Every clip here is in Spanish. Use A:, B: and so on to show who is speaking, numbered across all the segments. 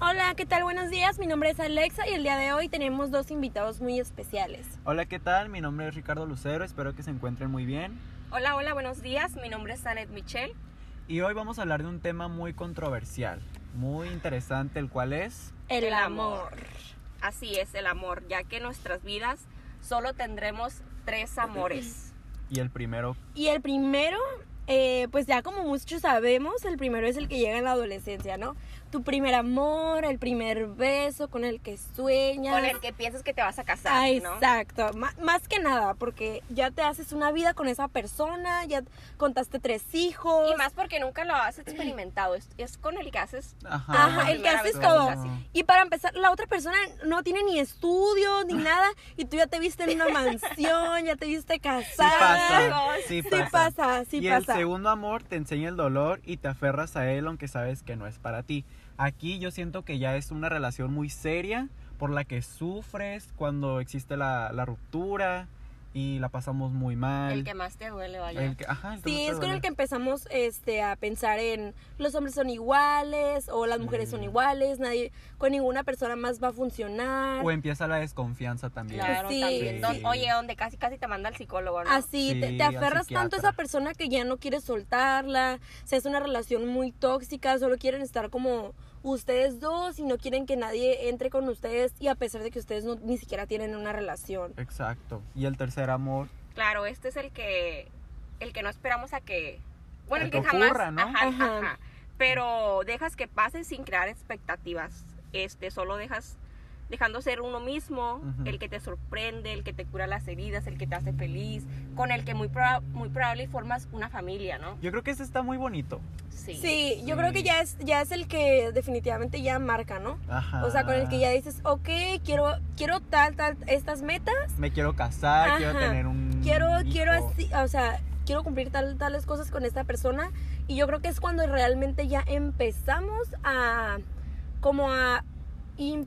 A: Hola, ¿qué tal? Buenos días, mi nombre es Alexa y el día de hoy tenemos dos invitados muy especiales.
B: Hola, ¿qué tal? Mi nombre es Ricardo Lucero, espero que se encuentren muy bien.
C: Hola, hola, buenos días. Mi nombre es Anet Michel.
B: Y hoy vamos a hablar de un tema muy controversial, muy interesante, el cual es...
A: El, amor.
C: Así es, el amor, ya que en nuestras vidas solo tendremos tres amores.
B: Y el primero,
A: Y el primero, eh, pues ya como muchos sabemos, el primero es el que llega en la adolescencia, ¿no? Tu primer amor, el primer beso con el que sueñas.
C: Con el que piensas que te vas a casar,
A: Ah,
C: ¿no?
A: exacto. Má- más que nada, porque ya te haces una vida con esa persona, ya contaste tres hijos.
C: Y más porque nunca lo has experimentado. Es, es con el que haces.
B: ajá,
A: Ajá, el que
C: Primera
A: haces
C: vez que
A: todo.
C: conoces.
A: Y para empezar, la otra persona no tiene ni estudios ni nada, y tú ya te viste en una mansión, ya te viste casada.
B: pasa, sí
A: Sí
B: pasa.
A: pasa, sí
B: y
A: pasa.
B: el segundo amor te enseña el dolor y te aferras a él aunque sabes que no es para ti. Aquí yo siento que ya es una relación muy seria por la que sufres cuando existe la, la ruptura y la pasamos muy mal.
C: El que más te duele, vaya.
B: El que- ajá, el que
A: Sí,
B: más te
A: es con
B: duele.
A: el que empezamos este, a pensar en los hombres son iguales o las mujeres son
B: Sí.
A: iguales, nadie con ninguna persona más va a funcionar.
B: O empieza la desconfianza también.
C: Claro,
A: Sí,
C: también. Don-
B: sí.
C: Oye, donde casi casi te manda el psicólogo, ¿no?
A: Así,
B: Sí,
A: te, te
B: al
A: aferras tanto a esa
B: psiquiatra.
A: persona que ya no quieres soltarla, se hace una relación muy tóxica, solo quieren estar como ustedes dos y no quieren que nadie entre con ustedes y a pesar de que ustedes no, ni siquiera tienen una relación.
B: Exacto. Y el tercer amor,
C: Claro, este es el que el que no esperamos a que bueno,
B: A
C: el
B: que
C: que, jamás,
B: ocurra, ¿no?
C: ajá,
A: Ajá.
C: ajá. pero dejas que pase sin crear expectativas. Este solo dejas dejando ser uno mismo,
B: Ujú.
C: el que te sorprende, el que te cura las heridas, el que te hace feliz, con el que muy proba- muy probable formas una familia, ¿no?
B: yo creo que este está muy bonito.
C: Sí.
A: Sí, yo creo que
B: Sí.
A: ya es, ya es el que definitivamente ya marca, ¿no?
B: Ajá.
A: O sea, con el
B: Ah.
A: que ya dices, ok, quiero, quiero tal, tal, estas metas,
B: Me quiero casar, quiero
A: Ajá.
B: tener un.
A: quiero, quiero
B: hijo.
A: así, o sea, quiero cumplir tal, tales cosas con esta persona. Y yo creo que es cuando realmente ya empezamos a, como a, im-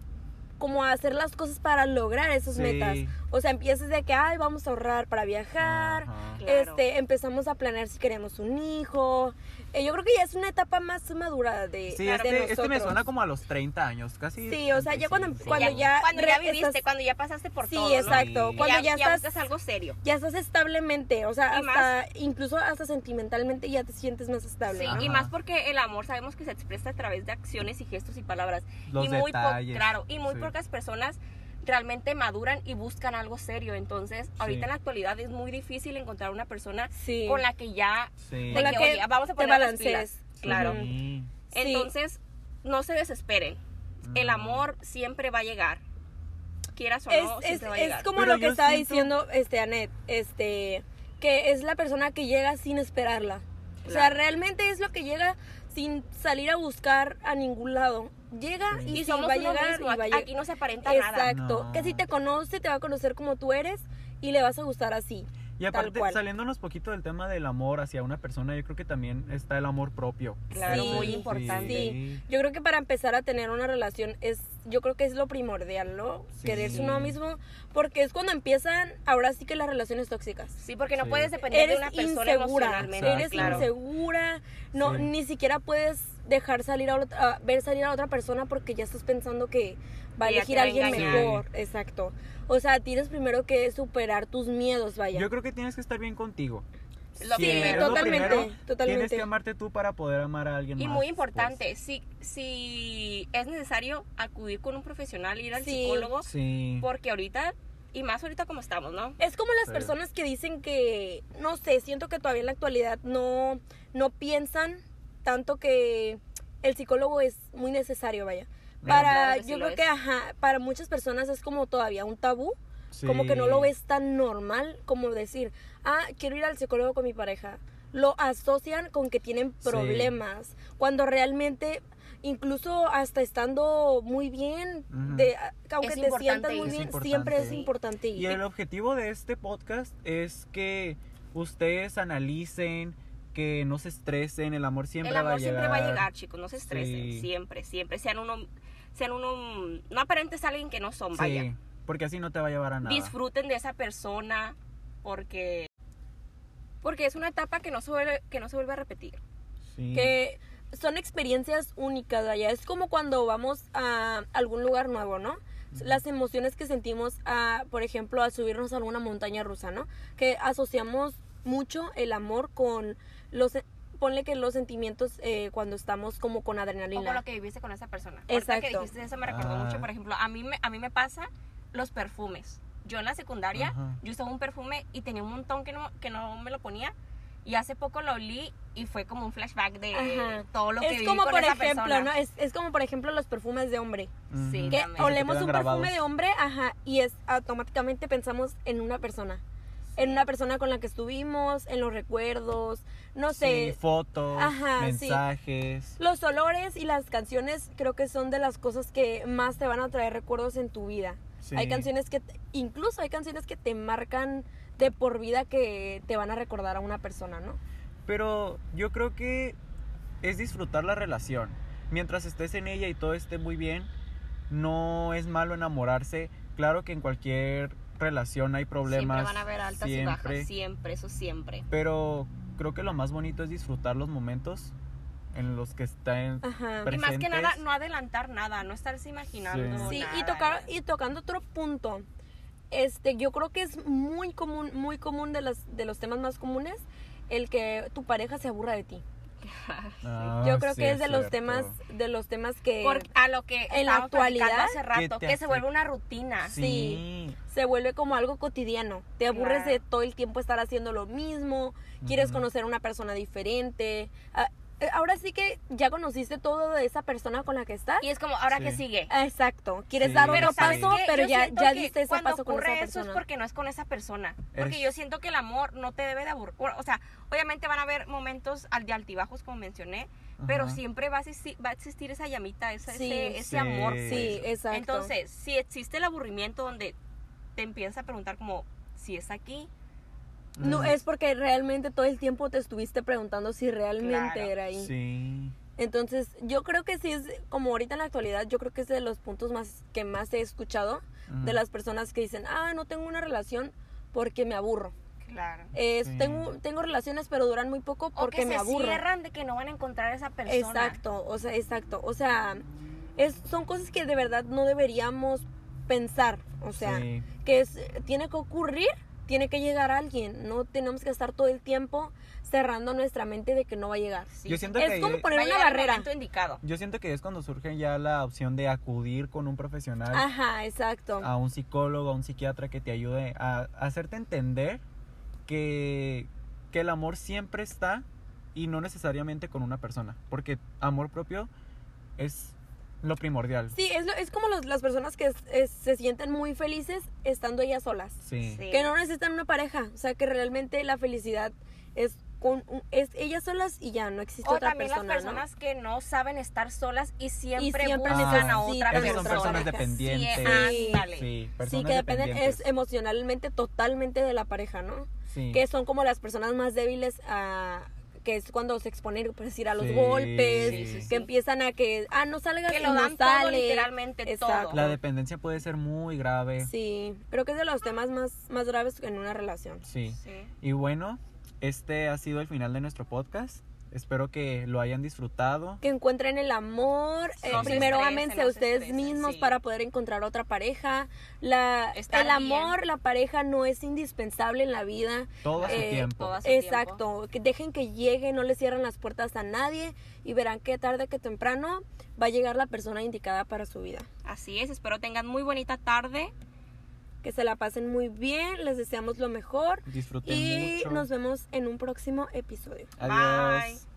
A: como a hacer las cosas para lograr esas
B: Sí.
A: metas. O sea, empiezas de que, ay, vamos a ahorrar para viajar.
B: Ajá.
C: Claro.
A: Este, empezamos a planear si queremos un hijo. Eh, yo creo que ya es una etapa más madura de,
B: Sí,
A: de
B: este, este me
A: nosotros.
B: suena como a los 30 años, casi.
A: Sí, o sea, ya cuando-
B: 35.
A: cuando ya
C: cuando ya
A: re-
C: viviste,
A: estás-
C: cuando ya pasaste por
A: Sí,
C: todo, ¿no?
A: exacto.
B: Sí.
A: Cuando ya, estás
C: buscas algo serio.
A: ya estás establemente, o sea,
C: Y más-
A: hasta, incluso hasta sentimentalmente ya te sientes más estable.
C: Sí,
A: ¿no?
C: y
B: Ajá.
C: más porque el amor sabemos que se expresa a través de acciones y gestos y palabras.
B: Los
C: y muy po-
B: detalles.
C: claro, y muy
B: Sí.
C: pocas personas realmente maduran y buscan algo serio. Entonces, ahorita
B: Sí.
C: en la actualidad es muy difícil encontrar una persona
A: Sí.
C: con la que ya
B: Sí.
C: de
A: Con la que
C: oye, vamos a
A: te
C: poner
A: balancees.
C: Claro.
A: Ujú.
B: Sí.
A: Sí.
C: Entonces, no se desesperen. El
B: No.
C: amor siempre va a llegar. Quieras o
A: es,
C: no,
A: es,
C: siempre va a
A: es
C: llegar.
A: como
B: Pero
A: lo que
B: yo
A: estaba
B: siento-
A: diciendo este Anet, este que es la persona que llega sin esperarla. O sea,
C: Claro.
A: realmente es lo que llega sin salir a buscar a ningún lado. Llega
B: Sí.
A: y,
C: y
A: sí,
C: somos
A: va a
C: uno
A: llegar
C: mismo,
A: y va a
C: Aquí
A: llegar.
C: no se aparenta nada.
A: Exacto.
B: No.
A: Que si te conoce, te va a conocer como tú eres y le vas a gustar así.
B: Y
A: Tal
B: aparte,
A: cual.
B: saliéndonos poquito del tema del amor hacia una persona, yo creo que también está el amor propio.
C: Claro,
A: Sí,
C: muy
A: sí,
C: importante.
A: sí. Yo creo que para empezar a tener una relación es, yo creo que es lo primordial, ¿no?
B: Sí.
A: Quererse uno mismo, porque es cuando empiezan, ahora sí que las relaciones tóxicas.
C: Sí, porque no
B: Sí.
C: puedes depender
A: Eres
C: de una persona
A: insegura,
C: emocionalmente.
A: eres
C: claro.
A: insegura, no,
B: Sí.
A: ni siquiera puedes dejar salir a, ot- a ver salir a otra persona porque ya estás pensando que va a
C: Que ya
A: elegir
C: te
A: a
C: va a
A: alguien
C: engañar.
A: mejor, exacto. O sea, tienes primero que superar tus miedos, vaya.
B: Yo creo que tienes que estar bien contigo.
C: Lo
B: Sí,
C: primero.
B: es lo
A: totalmente,
B: primero. Tienes
A: totalmente.
B: que amarte tú para poder amar a alguien
C: Y
B: más. pues?
C: muy importante, si, si es necesario acudir con un profesional, ir al
A: Sí.
C: psicólogo,
B: pues. Sí.
C: porque ahorita, y más ahorita como estamos, ¿no?
A: Es como las
B: Sí.
A: personas que dicen que, no sé, siento que todavía en la actualidad no, no piensan tanto que el psicólogo es muy necesario, vaya.
B: Mira,
A: Para,
C: claro que sí
A: yo
C: lo
A: creo
C: es.
A: que, ajá, para muchas personas es como todavía un tabú,
B: Sí.
A: como que no lo ves tan normal como decir, ah, quiero ir al psicólogo con mi pareja. Lo asocian con que tienen
B: Sí.
A: problemas, cuando realmente, incluso hasta estando muy bien,
B: Ujú.
A: te- aunque te
C: importante
A: sientas
C: ir.
A: muy
C: Es
A: bien,
B: importante.
A: siempre es
B: Sí.
A: importante. ir.
B: Y el objetivo de este podcast es que ustedes analicen, que no se estresen, el amor siempre
C: El amor
B: va a llegar.
C: siempre va a llegar, chicos, no se estresen,
B: Sí.
C: siempre, siempre. Sean uno, sean uno, no aparentes a alguien que no son, vaya.
B: Sí, porque así no te va a llevar a nada.
C: Disfruten de esa persona, porque, porque es una etapa que no, se vuelve, que no se vuelve a repetir.
B: Sí.
A: que son experiencias únicas, vaya. Es como cuando vamos a algún lugar nuevo, ¿no? Las emociones que sentimos, a, por ejemplo, al subirnos a alguna montaña rusa, ¿no? Que asociamos mucho el amor con los... Ponle que los sentimientos eh, cuando estamos como con
C: O con
A: adrenalina.
C: lo que viviste con esa persona. Ahorita que
A: Exacto.
C: dijiste eso me recordó
B: Ah.
C: mucho, por ejemplo, a mí, me, a mí me pasa los perfumes. Yo en la secundaria,
B: Ajá.
C: yo usaba un perfume y tenía un montón que no, que no me lo ponía. Y hace poco lo olí y fue como un flashback de
A: Ajá.
C: todo lo que
A: Es
C: viví
A: como
C: con
A: por
C: esa
A: ejemplo,
C: persona.
A: ¿no? Es, es como por ejemplo los perfumes de hombre.
B: Ujú.
C: Sí.
A: Que
C: También.
A: olemos
B: Se te
A: un perfume
B: quedan grabados.
A: de hombre, ajá, y es automáticamente pensamos en una persona. En una persona con la que estuvimos, en los recuerdos, no sé.
B: Sí, fotos,
A: Ajá, sí.
B: mensajes.
A: Los olores y las canciones creo que son de las cosas que más te van a traer recuerdos en tu vida.
B: Sí.
A: Hay canciones que, te- incluso hay canciones que te marcan de por vida que te van a recordar a una persona, ¿no?
B: Pero yo creo que es disfrutar la relación. Mientras estés en ella y todo esté muy bien, no es malo enamorarse. Claro que en cualquier relación hay problemas.
C: Siempre van a haber altas y
B: siempre,
C: bajas, siempre, eso siempre.
B: Pero creo que lo más bonito es disfrutar los momentos en los que está en...
A: Ajá.
B: Pero-
C: Y más que
B: Presentes.
C: nada, no adelantar nada, no estarse imaginando.
A: Sí, y,
C: nada.
A: tocar, y tocando otro punto, este, yo creo que es muy común, muy común de, las, de los temas más comunes, el que tu pareja se aburra de ti.
B: Ah,
A: yo creo
B: sí,
A: que es de los
B: cierto.
A: temas, de los temas que
C: Porque a lo que
A: en la
C: Eh, estábamos platicando
A: actualidad,
C: hace rato,
B: te
C: que se
B: afecta?
C: vuelve una
A: ah,
C: rutina.
B: Sí.
A: se vuelve como algo cotidiano. Te aburres
C: Claro.
A: de todo el tiempo estar haciendo lo mismo, quieres
B: Ujú.
A: conocer a una persona diferente. Ah, eh, Ahora sí que ya conociste todo de esa persona con la que estás.
C: Y es como, ¿ahora
B: Sí.
C: qué sigue?
A: Ah, Exacto, quieres
B: Sí,
A: dar otro
B: Pero ¿sabes
A: paso,
B: qué?
A: pero
C: Yo
A: ya,
C: siento
A: ya
C: que
A: diste ese
C: cuando
A: paso con esa
C: ocurre eso
A: persona.
C: es porque no es con esa persona. Porque
B: Eres-
C: yo siento que el amor no te debe de aburrir. O sea, obviamente van a haber momentos al de altibajos, como mencioné, pero
B: Ajá.
C: siempre va a existir, va a existir esa llamita, ese,
A: Sí.
C: ese, ese
B: Sí.
C: amor.
B: Sí,
A: Sí, exacto.
C: Entonces, si existe el aburrimiento donde te empiezas a preguntar como, si es aquí,
A: No,
B: Ujú.
A: es porque realmente todo el tiempo te estuviste preguntando si realmente
C: Claro,
A: era ahí.
B: Sí.
A: Entonces, yo creo que sí es, como ahorita en la actualidad, yo creo que es de los puntos más que más he escuchado
B: Ujú.
A: de las personas que dicen, ah, no tengo una relación porque me aburro.
C: claro.
A: Eh,
B: Sí.
A: tengo, tengo relaciones, pero duran muy poco porque
C: o que
A: me
C: se
A: aburro.
C: cierran de que no van a encontrar a esa persona.
A: Exacto, o sea, exacto. O sea, es, son cosas que de verdad no deberíamos pensar. O sea,
B: Sí.
A: que es, tiene que ocurrir, tiene que llegar alguien. No tenemos que estar todo el tiempo cerrando nuestra mente de que no va a llegar.
C: Sí.
B: Yo siento que...
A: Es como
C: Va
A: poner
C: a
A: una
C: llegar el
A: barrera.
C: momento indicado.
B: Yo siento que es cuando surge ya la opción de acudir con un profesional,
A: Ajá, exacto.
B: a un psicólogo, a un psiquiatra que te ayude a hacerte entender que, que el amor siempre está y no necesariamente con una persona, porque amor propio es lo primordial.
A: Sí, es, lo- es como los- las personas que es- es- se sienten muy felices estando ellas solas.
B: Sí.
C: Sí.
A: Que no necesitan una pareja. O sea, que realmente la felicidad es con un- es ellas solas y ya no existe
C: O
A: otra
C: también
A: persona.
C: las
A: ¿no?
C: personas que no saben estar solas y siempre,
A: siempre
C: buscan a
A: necesitan
C: otra
A: otra
B: Esas
C: persona.
B: son personas
A: persona.
B: dependientes.
C: Sí, ándale.
B: Sí,
A: Sí,
B: personas
A: que dependen es,
B: dependientes.
A: emocionalmente totalmente de la pareja, ¿no?
B: Sí.
A: Que son como las personas más débiles a que es cuando se exponen, por decir, a los
B: Sí.
A: golpes,
B: Sí, sí,
A: que
C: sí.
A: empiezan a que, ah, no salgas
C: que
A: y
C: lo
A: no
C: dan todo,
A: sales.
C: literalmente
A: Exacto.
C: todo.
B: La dependencia puede ser muy grave.
A: Sí, creo que es de los temas más, más graves en una relación.
B: Sí.
C: Sí.
B: Y bueno, este ha sido el final de nuestro podcast. Espero que lo hayan disfrutado.
A: Que encuentren el amor, eh,
B: No se
A: primero
C: estresen,
A: ámense
C: no
A: a
C: se
A: ustedes
C: estresen,
A: mismos
C: sí.
A: para poder encontrar otra pareja. La,
C: Estar
A: el amor,
C: bien.
A: la pareja no es indispensable en la vida.
B: Todo a su
A: Eh,
B: tiempo.
C: todas- su
A: Exacto, que dejen que llegue, no le cierren las puertas a nadie y verán que tarde que temprano va a llegar la persona indicada para su vida.
C: Así es, espero tengan muy bonita tarde.
A: Que se la pasen muy bien, les deseamos lo mejor
B: Disfruten
A: y
B: mucho.
A: nos vemos en un próximo episodio.
B: Adiós.
C: Bye.